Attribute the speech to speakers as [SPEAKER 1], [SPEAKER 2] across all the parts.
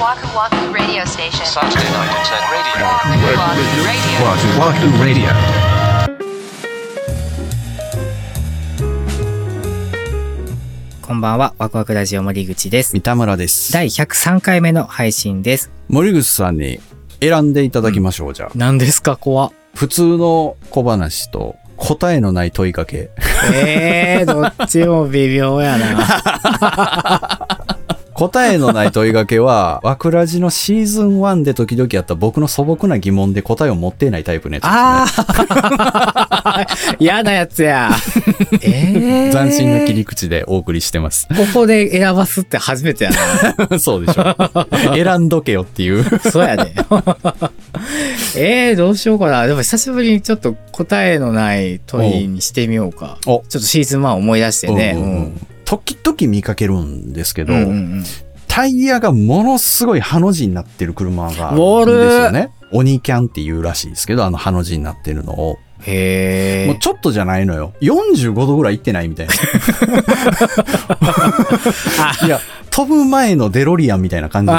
[SPEAKER 1] Waku Waku Radio Station.
[SPEAKER 2] Saturday night at 10 radio.
[SPEAKER 1] Waku Waku Radio.
[SPEAKER 3] Wahoo Wahoo Radio.
[SPEAKER 4] こんばんは、ワクワクラジオ森口です。
[SPEAKER 5] 三田村です。
[SPEAKER 4] 第103回目の配信です。
[SPEAKER 5] 森口さんに選んでいただきましょう、じゃあ。
[SPEAKER 4] 何ですか、怖
[SPEAKER 5] 普通の小話と答えのない問いかけ。
[SPEAKER 4] ええー、どっちも微妙 やな。
[SPEAKER 5] 答えのない問いかけは、 ワクラジのシーズン1で時々やった僕の素朴な疑問で答えを持っていないタイプのやつですね。
[SPEAKER 4] 嫌なやつや。ええ
[SPEAKER 5] 斬新な切り口でお送りしてます。
[SPEAKER 4] ここで選ばすって初めてやな。
[SPEAKER 5] そうでしょ。選んどけよっていう。
[SPEAKER 4] そうやで。 ええどうしようかな。でも久しぶりにちょっと答えのない問いにしてみようか。ちょ
[SPEAKER 5] お
[SPEAKER 4] っとシーズン1思い出してね。
[SPEAKER 5] うんうんうん時々見かけるんですけ
[SPEAKER 4] う
[SPEAKER 5] ど、
[SPEAKER 4] んうんうん
[SPEAKER 5] タイヤがものすごいハの字になってる車があるんですよね。鬼キャンっていうらしいですけど、あのハの字になってるのを。
[SPEAKER 4] へ
[SPEAKER 5] も
[SPEAKER 4] え
[SPEAKER 5] う。ちょっとじゃないのよ。45度ぐらい行ってないみた いな。いや、飛ぶ前のデロリアンみたいな 感じ。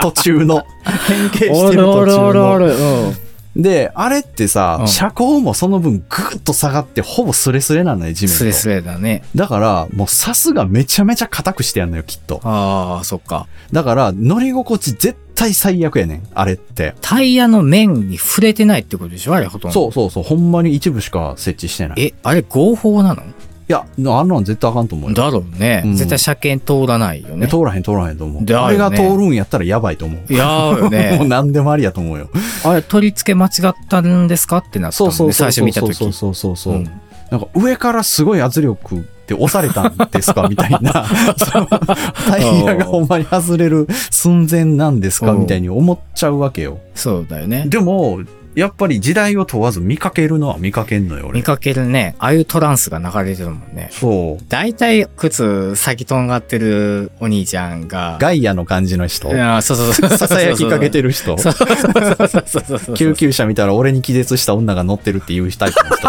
[SPEAKER 5] 途中の。変形し
[SPEAKER 4] お
[SPEAKER 5] てる
[SPEAKER 4] るお
[SPEAKER 5] 途
[SPEAKER 4] るお
[SPEAKER 5] 中
[SPEAKER 4] るお
[SPEAKER 5] の。
[SPEAKER 4] る。うん。
[SPEAKER 5] で、あれってさ、
[SPEAKER 4] うん
[SPEAKER 5] 車高もその分グーッと下がってほぼスレスレなのよ、地面と。
[SPEAKER 4] スレスレだね。
[SPEAKER 5] だから、もうサスがめちゃめちゃ硬くしてやんのよ、きっと。
[SPEAKER 4] ああ、そっか。
[SPEAKER 5] だから、乗り心地絶対最悪やねん、あれって。
[SPEAKER 4] タイヤの面に触れてないってことでしょあれほとんど。う。
[SPEAKER 5] そうそうそう、ほんまに一部しか設置してない。い
[SPEAKER 4] え、あれ合法なの
[SPEAKER 5] や、あんなん絶対あかんと思うよ。
[SPEAKER 4] だろうね。
[SPEAKER 5] うん
[SPEAKER 4] 絶対車検通らないよね。
[SPEAKER 5] 通らへん通らへんと思う。
[SPEAKER 4] だよね
[SPEAKER 5] あれが通るんやったらやばいと思う。
[SPEAKER 4] いやー よ
[SPEAKER 5] もう
[SPEAKER 4] ね。
[SPEAKER 5] 何でもありやと思うよ。
[SPEAKER 4] あれ取り付け間違ったんですかってなったもんね。最初見た時。
[SPEAKER 5] そうそうそうそう。
[SPEAKER 4] うん
[SPEAKER 5] なんか上からすごい圧力で押されたんです かみたいな。そのタイヤがほんまに外れる寸前なんですか
[SPEAKER 4] うん
[SPEAKER 5] みたいに思っちゃうわけよ。
[SPEAKER 4] そうだよね。
[SPEAKER 5] でも、やっぱり時代を問わず見かけるのは見かけんのよ、
[SPEAKER 4] 見
[SPEAKER 5] 俺。
[SPEAKER 4] かけるね。ああいうトランスが流れてるもんね。
[SPEAKER 5] そう。
[SPEAKER 4] 大体靴先とんがってるお兄ちゃんが。
[SPEAKER 5] ガイアの感じの人
[SPEAKER 4] い。やーそうそうそう。
[SPEAKER 5] ささやきかけて
[SPEAKER 4] る。
[SPEAKER 5] る人。
[SPEAKER 4] そうそうそうそうそうそう。
[SPEAKER 5] 救急車見たら俺に気絶した女が乗ってるっていうタイプの人。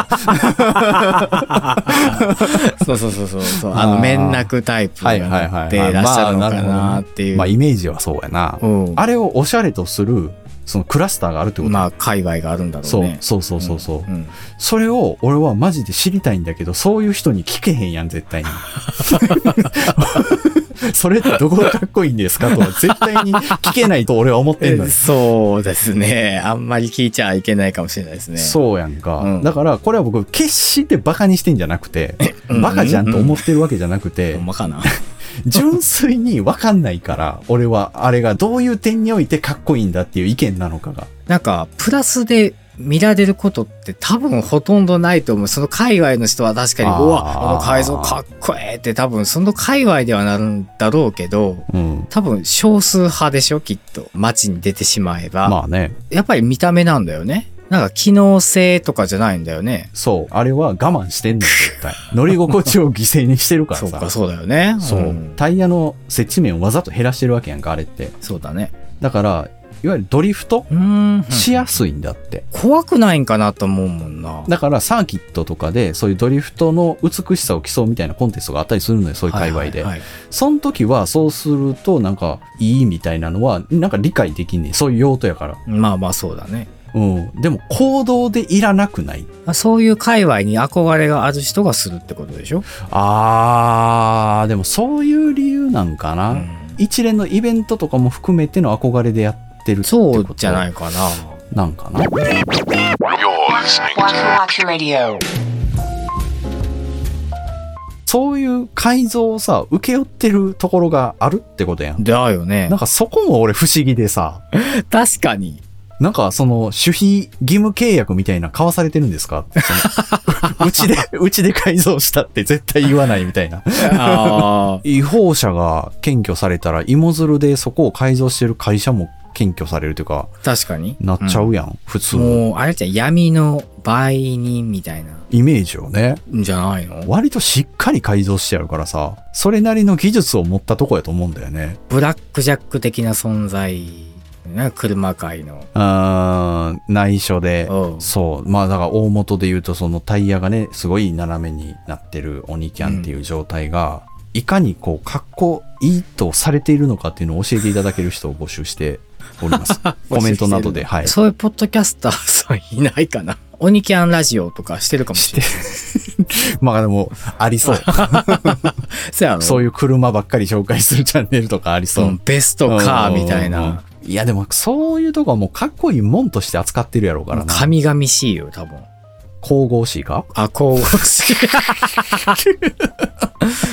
[SPEAKER 4] そうそうそうそうそう。あの、面楽タイプ
[SPEAKER 5] はいはいはいは
[SPEAKER 4] や
[SPEAKER 5] い
[SPEAKER 4] っていらっしゃる
[SPEAKER 5] まあな
[SPEAKER 4] のかな
[SPEAKER 5] るほどね
[SPEAKER 4] っていう。
[SPEAKER 5] まあイメージはそうやな。
[SPEAKER 4] うん
[SPEAKER 5] あれをおしゃれとする、そのクラスターがあるってこと、
[SPEAKER 4] まあ、界隈があるんだろう
[SPEAKER 5] そう
[SPEAKER 4] ね。
[SPEAKER 5] そうそうそうそう、
[SPEAKER 4] うん
[SPEAKER 5] それを俺はマジで知りたいんだけど、そういう人に聞けへんやん、絶対 に。 それってどこがかっこいいんですかとは絶対に聞けないと俺は思ってんの
[SPEAKER 4] え
[SPEAKER 5] よ。
[SPEAKER 4] そうですね。 あんまり聞いちゃいけないかもしれないですね。
[SPEAKER 5] そうやんか、
[SPEAKER 4] うん
[SPEAKER 5] だからこれは僕決してバカにしてんじゃなく て、
[SPEAKER 4] うん
[SPEAKER 5] バカじゃんと思ってるわけじゃなくて、
[SPEAKER 4] ほんまかな。
[SPEAKER 5] 純粋にわかんないから、俺はあれがどういう点においてかっこいいんだっていう意見なのかが。
[SPEAKER 4] なんか、プラスで見られることって多分ほとんどないと思う。その界隈の人は確かに、う
[SPEAKER 5] あー
[SPEAKER 4] わ、あの改造かっこええって多分その界隈ではなるんだろうけど、
[SPEAKER 5] うん。
[SPEAKER 4] 多分少数派でしょ、きっと。街に出てしまえば。
[SPEAKER 5] まあね、
[SPEAKER 4] やっぱり見た目なんだよね。なんか機能性とかじゃないんだよね。
[SPEAKER 5] そう。あれは我慢してん のよ、絶対。乗り心地を犠牲にしてるから
[SPEAKER 4] そ
[SPEAKER 5] さ。
[SPEAKER 4] うか、そうだよね。
[SPEAKER 5] そう、
[SPEAKER 4] ん
[SPEAKER 5] タイヤの接地面をわざと減らしてるわけやんか、あれって。
[SPEAKER 4] そうだね。
[SPEAKER 5] だから、いわゆるドリフト
[SPEAKER 4] うーん。
[SPEAKER 5] しやすいんだって。
[SPEAKER 4] 怖くないんかなと思うもんな。
[SPEAKER 5] だからサーキットとかでそういうドリフトの美しさを競うみたいなコンテストがあったりするのよ、そういう界隈で。
[SPEAKER 4] はいはいはい
[SPEAKER 5] その時はそうするとなんかいいみたいなのはなんか理解できんねん。そういう用途やから。
[SPEAKER 4] まあまあそうだね。
[SPEAKER 5] うん。でも行動でいらなくない。
[SPEAKER 4] そういう界隈に憧れがある人がするってことでしょ
[SPEAKER 5] あー、でもそういう理由なんかな。
[SPEAKER 4] うん
[SPEAKER 5] 一連のイベントとかも含めての憧れでやってるってこ
[SPEAKER 4] そ
[SPEAKER 5] と
[SPEAKER 4] うじゃないいかな。
[SPEAKER 5] なんかな。
[SPEAKER 2] You're listening
[SPEAKER 1] Waku
[SPEAKER 2] to
[SPEAKER 1] Waku Radio.
[SPEAKER 5] そういう改造をさ、請け負ってるところがあるってことやん。
[SPEAKER 4] だよね
[SPEAKER 5] なん。かそこも俺不思議でさ、
[SPEAKER 4] 確かに。
[SPEAKER 5] なんかその守秘義務契約みたいな交わされてるんですかって そのうちで、うちで改造したって絶対言わないみたいな。
[SPEAKER 4] あ
[SPEAKER 5] 違法者が検挙されたら芋づるでそこを改造してる会社も検挙されるというか、
[SPEAKER 4] あ、確かに。
[SPEAKER 5] なっちゃうやん、普通
[SPEAKER 4] うん。
[SPEAKER 5] の
[SPEAKER 4] もう、あれじゃん闇の売人みたいな。
[SPEAKER 5] イメージをね。
[SPEAKER 4] んじゃないの
[SPEAKER 5] 割としっかり改造してやるからさ、それなりの技術を持ったとこやと思うんだよね。
[SPEAKER 4] ブラックジャック的な存在。な車界の。
[SPEAKER 5] うーん、内緒で
[SPEAKER 4] う、ん
[SPEAKER 5] そう。まあだから大元で言うとそのタイヤがね、すごい斜めになってる鬼キャンっていう状態が、いかにこう、かっこいいとされているのかっていうのを教えていただける人を募集しており ます。コメントなどで、はい。
[SPEAKER 4] そういうポッドキャスターさんいないかな。 オニキャンラジオとかしてるかもしれない。
[SPEAKER 5] まあでも、あり そう。
[SPEAKER 4] そうやろ
[SPEAKER 5] そういう車ばっかり紹介するチャンネルとかありそうう。
[SPEAKER 4] んベストカーみたいな。
[SPEAKER 5] うん。いやでも、そういうとこはもうかっこいいもんとして扱ってるやろうからな。
[SPEAKER 4] 神々しいよ、多分。
[SPEAKER 5] 神々しいか
[SPEAKER 4] あ、こう。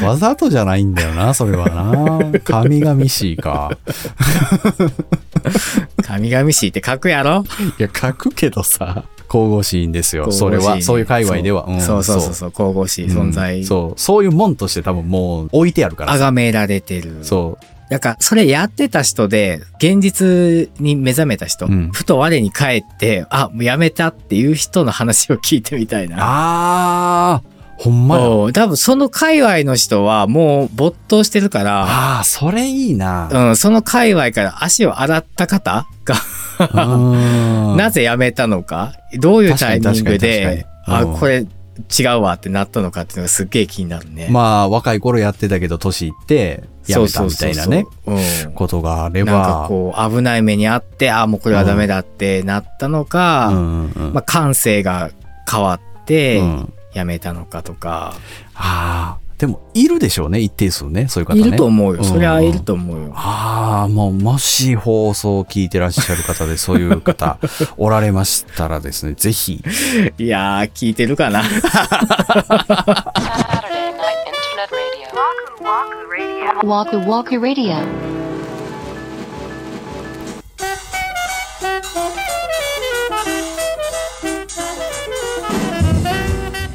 [SPEAKER 5] わざとじゃないんだよな、それはな。神々しいか。
[SPEAKER 4] 神々しいって書くやろ
[SPEAKER 5] いや、書くけどさ、神々しいんですよ。それ
[SPEAKER 4] 神々
[SPEAKER 5] は、
[SPEAKER 4] しいね
[SPEAKER 5] そういう界隈では。ん
[SPEAKER 4] そうそうそうそう、神々しい存
[SPEAKER 5] う
[SPEAKER 4] 在
[SPEAKER 5] ん。そう。そういうもんとして多分もう置いてあるから
[SPEAKER 4] あ
[SPEAKER 5] さ。
[SPEAKER 4] がめられてる。
[SPEAKER 5] そ
[SPEAKER 4] なんか、それやってた人で、現実に目覚めた人、
[SPEAKER 5] うん。
[SPEAKER 4] ふと我に返って、あ、もうやめたっていう人の話を聞いてみたいうな。
[SPEAKER 5] あー、ほんまや。
[SPEAKER 4] うん多分その界隈の人はもう没頭してるから、
[SPEAKER 5] あー、それいいな。
[SPEAKER 4] うん、その界隈から足を洗った方が、
[SPEAKER 5] うん
[SPEAKER 4] なぜ辞めたのか、どういうタイミング
[SPEAKER 5] 確かに確
[SPEAKER 4] で、
[SPEAKER 5] かに確か
[SPEAKER 4] あ、
[SPEAKER 5] にうん
[SPEAKER 4] これ違うわってなったのかっていうのがすっげえ気になるね。
[SPEAKER 5] まあ、若い頃やってたけど、年いって、やめたみたいなね。
[SPEAKER 4] そうそうそう。うん
[SPEAKER 5] ことがあれば。
[SPEAKER 4] なんかこう危ない目にあってあもうこれはダメだってなったのか、
[SPEAKER 5] うんうんうん
[SPEAKER 4] まあ、感性が変わっ
[SPEAKER 5] う
[SPEAKER 4] て
[SPEAKER 5] ん
[SPEAKER 4] やめたのかとか、
[SPEAKER 5] ああ、でも、いるでしょうね、一定数ね、そういう方ね。
[SPEAKER 4] いると思うよ、
[SPEAKER 5] ん
[SPEAKER 4] そりゃいると 思うよ。
[SPEAKER 5] ああ、もう、もし放送を聞いてらっしゃる方で、そういう 方、おられましたらですね、ぜひ、
[SPEAKER 4] いやー聞いてる かな
[SPEAKER 1] Saturday Night Internet Radio. Waku Waku Radio. Waku Waku Radio.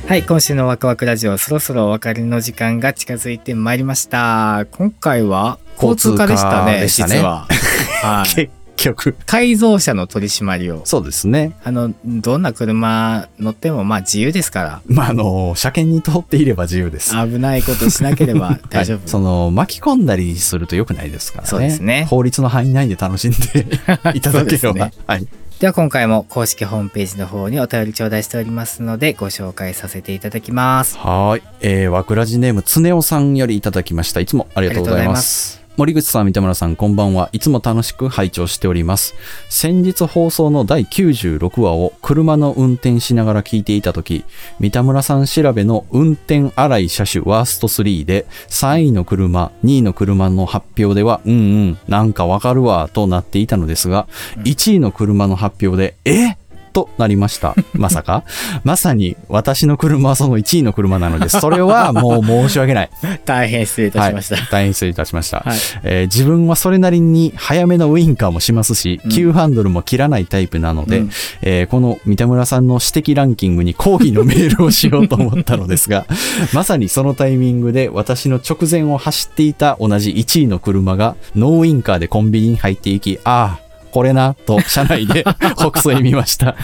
[SPEAKER 4] はい今週のワクワクラジオそろそろお別れの時間が近づいてまいりました今回は交通課でしたね
[SPEAKER 5] 交通課でした ね
[SPEAKER 4] 実は、はい、
[SPEAKER 5] 局。
[SPEAKER 4] 改造車の取り締まりを
[SPEAKER 5] そうですね。
[SPEAKER 4] あのどんな車乗ってもまあ自由ですか
[SPEAKER 5] まあ、あの、車検に通っていれば自由です。
[SPEAKER 4] ら危ないことしなければ大丈夫、
[SPEAKER 5] はいその、巻き込んだりすると良くないですからね。
[SPEAKER 4] そうですね
[SPEAKER 5] 法律の範囲内で楽しん でいただけ
[SPEAKER 4] そ
[SPEAKER 5] れ
[SPEAKER 4] うです
[SPEAKER 5] ば。
[SPEAKER 4] ね
[SPEAKER 5] はい。
[SPEAKER 4] では今回も公式ホームページの方にお便り頂戴しておりますのでご紹介させていただきます。
[SPEAKER 5] はーい。えー、わくらじネーム、つねおさんよりいただきました。いつもありがとうございます。森口さん、三田村さん、こんばんは。いつも楽しく拝聴しております。先日放送の第96話を車の運転しながら聞いていたとき、三田村さん調べの運転荒い車種ワースト3で、3位の車、2位の車の発表では、うんうん、なんかわかるわ、となっていたのですが、1位の車の発表で、えとなりました。まさか まさに私の車はその1位の車なので、それはもう申し訳ない。
[SPEAKER 4] 大変失礼いたしました。
[SPEAKER 5] はい、大変失礼いたしました、
[SPEAKER 4] はい
[SPEAKER 5] えー自分はそれなりに早めのウインカーもしますし、急ハンドルも切らないタイプなので、
[SPEAKER 4] うん
[SPEAKER 5] えーこの三田村さんの指摘ランキングに抗議のメールをしようと思ったのです がまさにそのタイミングで私の直前を走っていた同じ1位の車がノーウインカーでコンビニに入っていきああこれな、と、車内 で北斎見ました。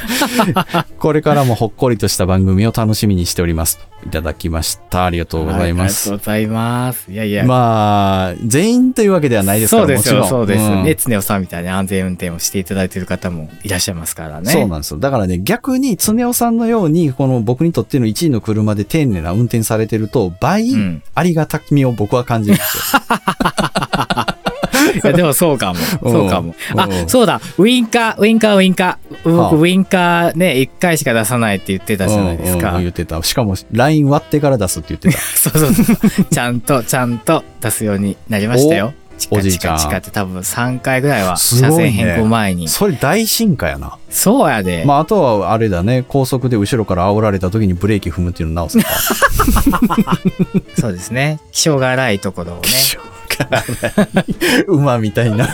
[SPEAKER 5] これからもほっこりとした番組を楽しみにしております。いただきました。ありがとうございま
[SPEAKER 4] あ
[SPEAKER 5] す
[SPEAKER 4] りがと。うございます。いやいや。
[SPEAKER 5] まあ、全員というわけではないですか
[SPEAKER 4] そ
[SPEAKER 5] ら、
[SPEAKER 4] うです
[SPEAKER 5] もち
[SPEAKER 4] よ、
[SPEAKER 5] ろん
[SPEAKER 4] そうです。
[SPEAKER 5] ん
[SPEAKER 4] ね、常雄さんみたいに安全運転をしていただいている方もいらっしゃいますからね。
[SPEAKER 5] そうなんですよ。だからね、逆に、つねおさんのように、この僕にとっての1位の車で丁寧な運転されてると、倍
[SPEAKER 4] うん
[SPEAKER 5] ありがたみを僕は感じるんですよ。
[SPEAKER 4] い やでもそうかも。
[SPEAKER 5] うん
[SPEAKER 4] そうかも。あ
[SPEAKER 5] う、ん
[SPEAKER 4] そうだ。ウインカー、ウインカー、ウインカー。
[SPEAKER 5] はあ
[SPEAKER 4] 僕、ウインカーね、1回しか出さないって言ってたじゃないです
[SPEAKER 5] うん
[SPEAKER 4] か
[SPEAKER 5] うん。言ってた。しかも、LINE 割ってから出すって言ってた。
[SPEAKER 4] そうそうそう。ちゃんと、ちゃんと出すようになりましたよ。チ
[SPEAKER 5] お
[SPEAKER 4] カ
[SPEAKER 5] じい
[SPEAKER 4] チ
[SPEAKER 5] ちゃ
[SPEAKER 4] カ
[SPEAKER 5] ん
[SPEAKER 4] チカって多分3回ぐらいは
[SPEAKER 5] すご
[SPEAKER 4] 車
[SPEAKER 5] いね
[SPEAKER 4] 線変更前に。
[SPEAKER 5] それ大進化やな。
[SPEAKER 4] そうやで。
[SPEAKER 5] まあ、あとは、あれだね、高速で後ろから煽られた時にブレーキ踏むっていうの直すか。
[SPEAKER 4] そうですね。気性が荒いところをね。
[SPEAKER 5] 馬みたい な。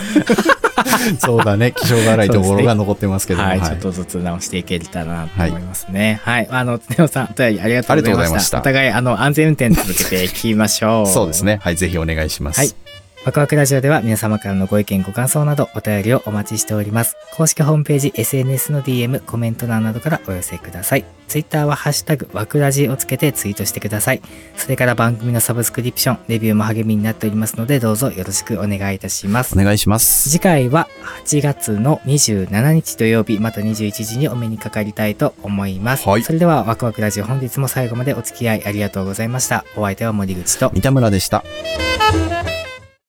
[SPEAKER 5] そうだね、気性が荒いところが残ってますけども
[SPEAKER 4] はい、
[SPEAKER 5] はい
[SPEAKER 4] ちょっとずつ直していけたらなと思いますね。はい、あの、つねおさん、お便りありがとうございま
[SPEAKER 5] ありがとうござい
[SPEAKER 4] し
[SPEAKER 5] ま
[SPEAKER 4] た。
[SPEAKER 5] した
[SPEAKER 4] お互い、あの、安全運転続けていきましょう。
[SPEAKER 5] そうです。ね。はい、ぜひお願いします。
[SPEAKER 4] はいワクワクラジオでは皆様からのご意見、ご感想などお便りをお待ちしております。公式ホームページ、SNS の DM、コメント欄などからお寄せください。Twitter はハッシュタグ、ワクラジをつけてツイートしてください。それから番組のサブスクリプション、レビューも励みになっておりますので、どうぞよろしくお願いいたします
[SPEAKER 5] お。願いします。
[SPEAKER 4] 次回は8月の27日土曜日、また21時にお目にかかりたいと思います。
[SPEAKER 5] はい
[SPEAKER 4] それではワクワクラジオ本日も最後までお付き合いありがとうございました。お相手は森口と
[SPEAKER 5] 三田村でした。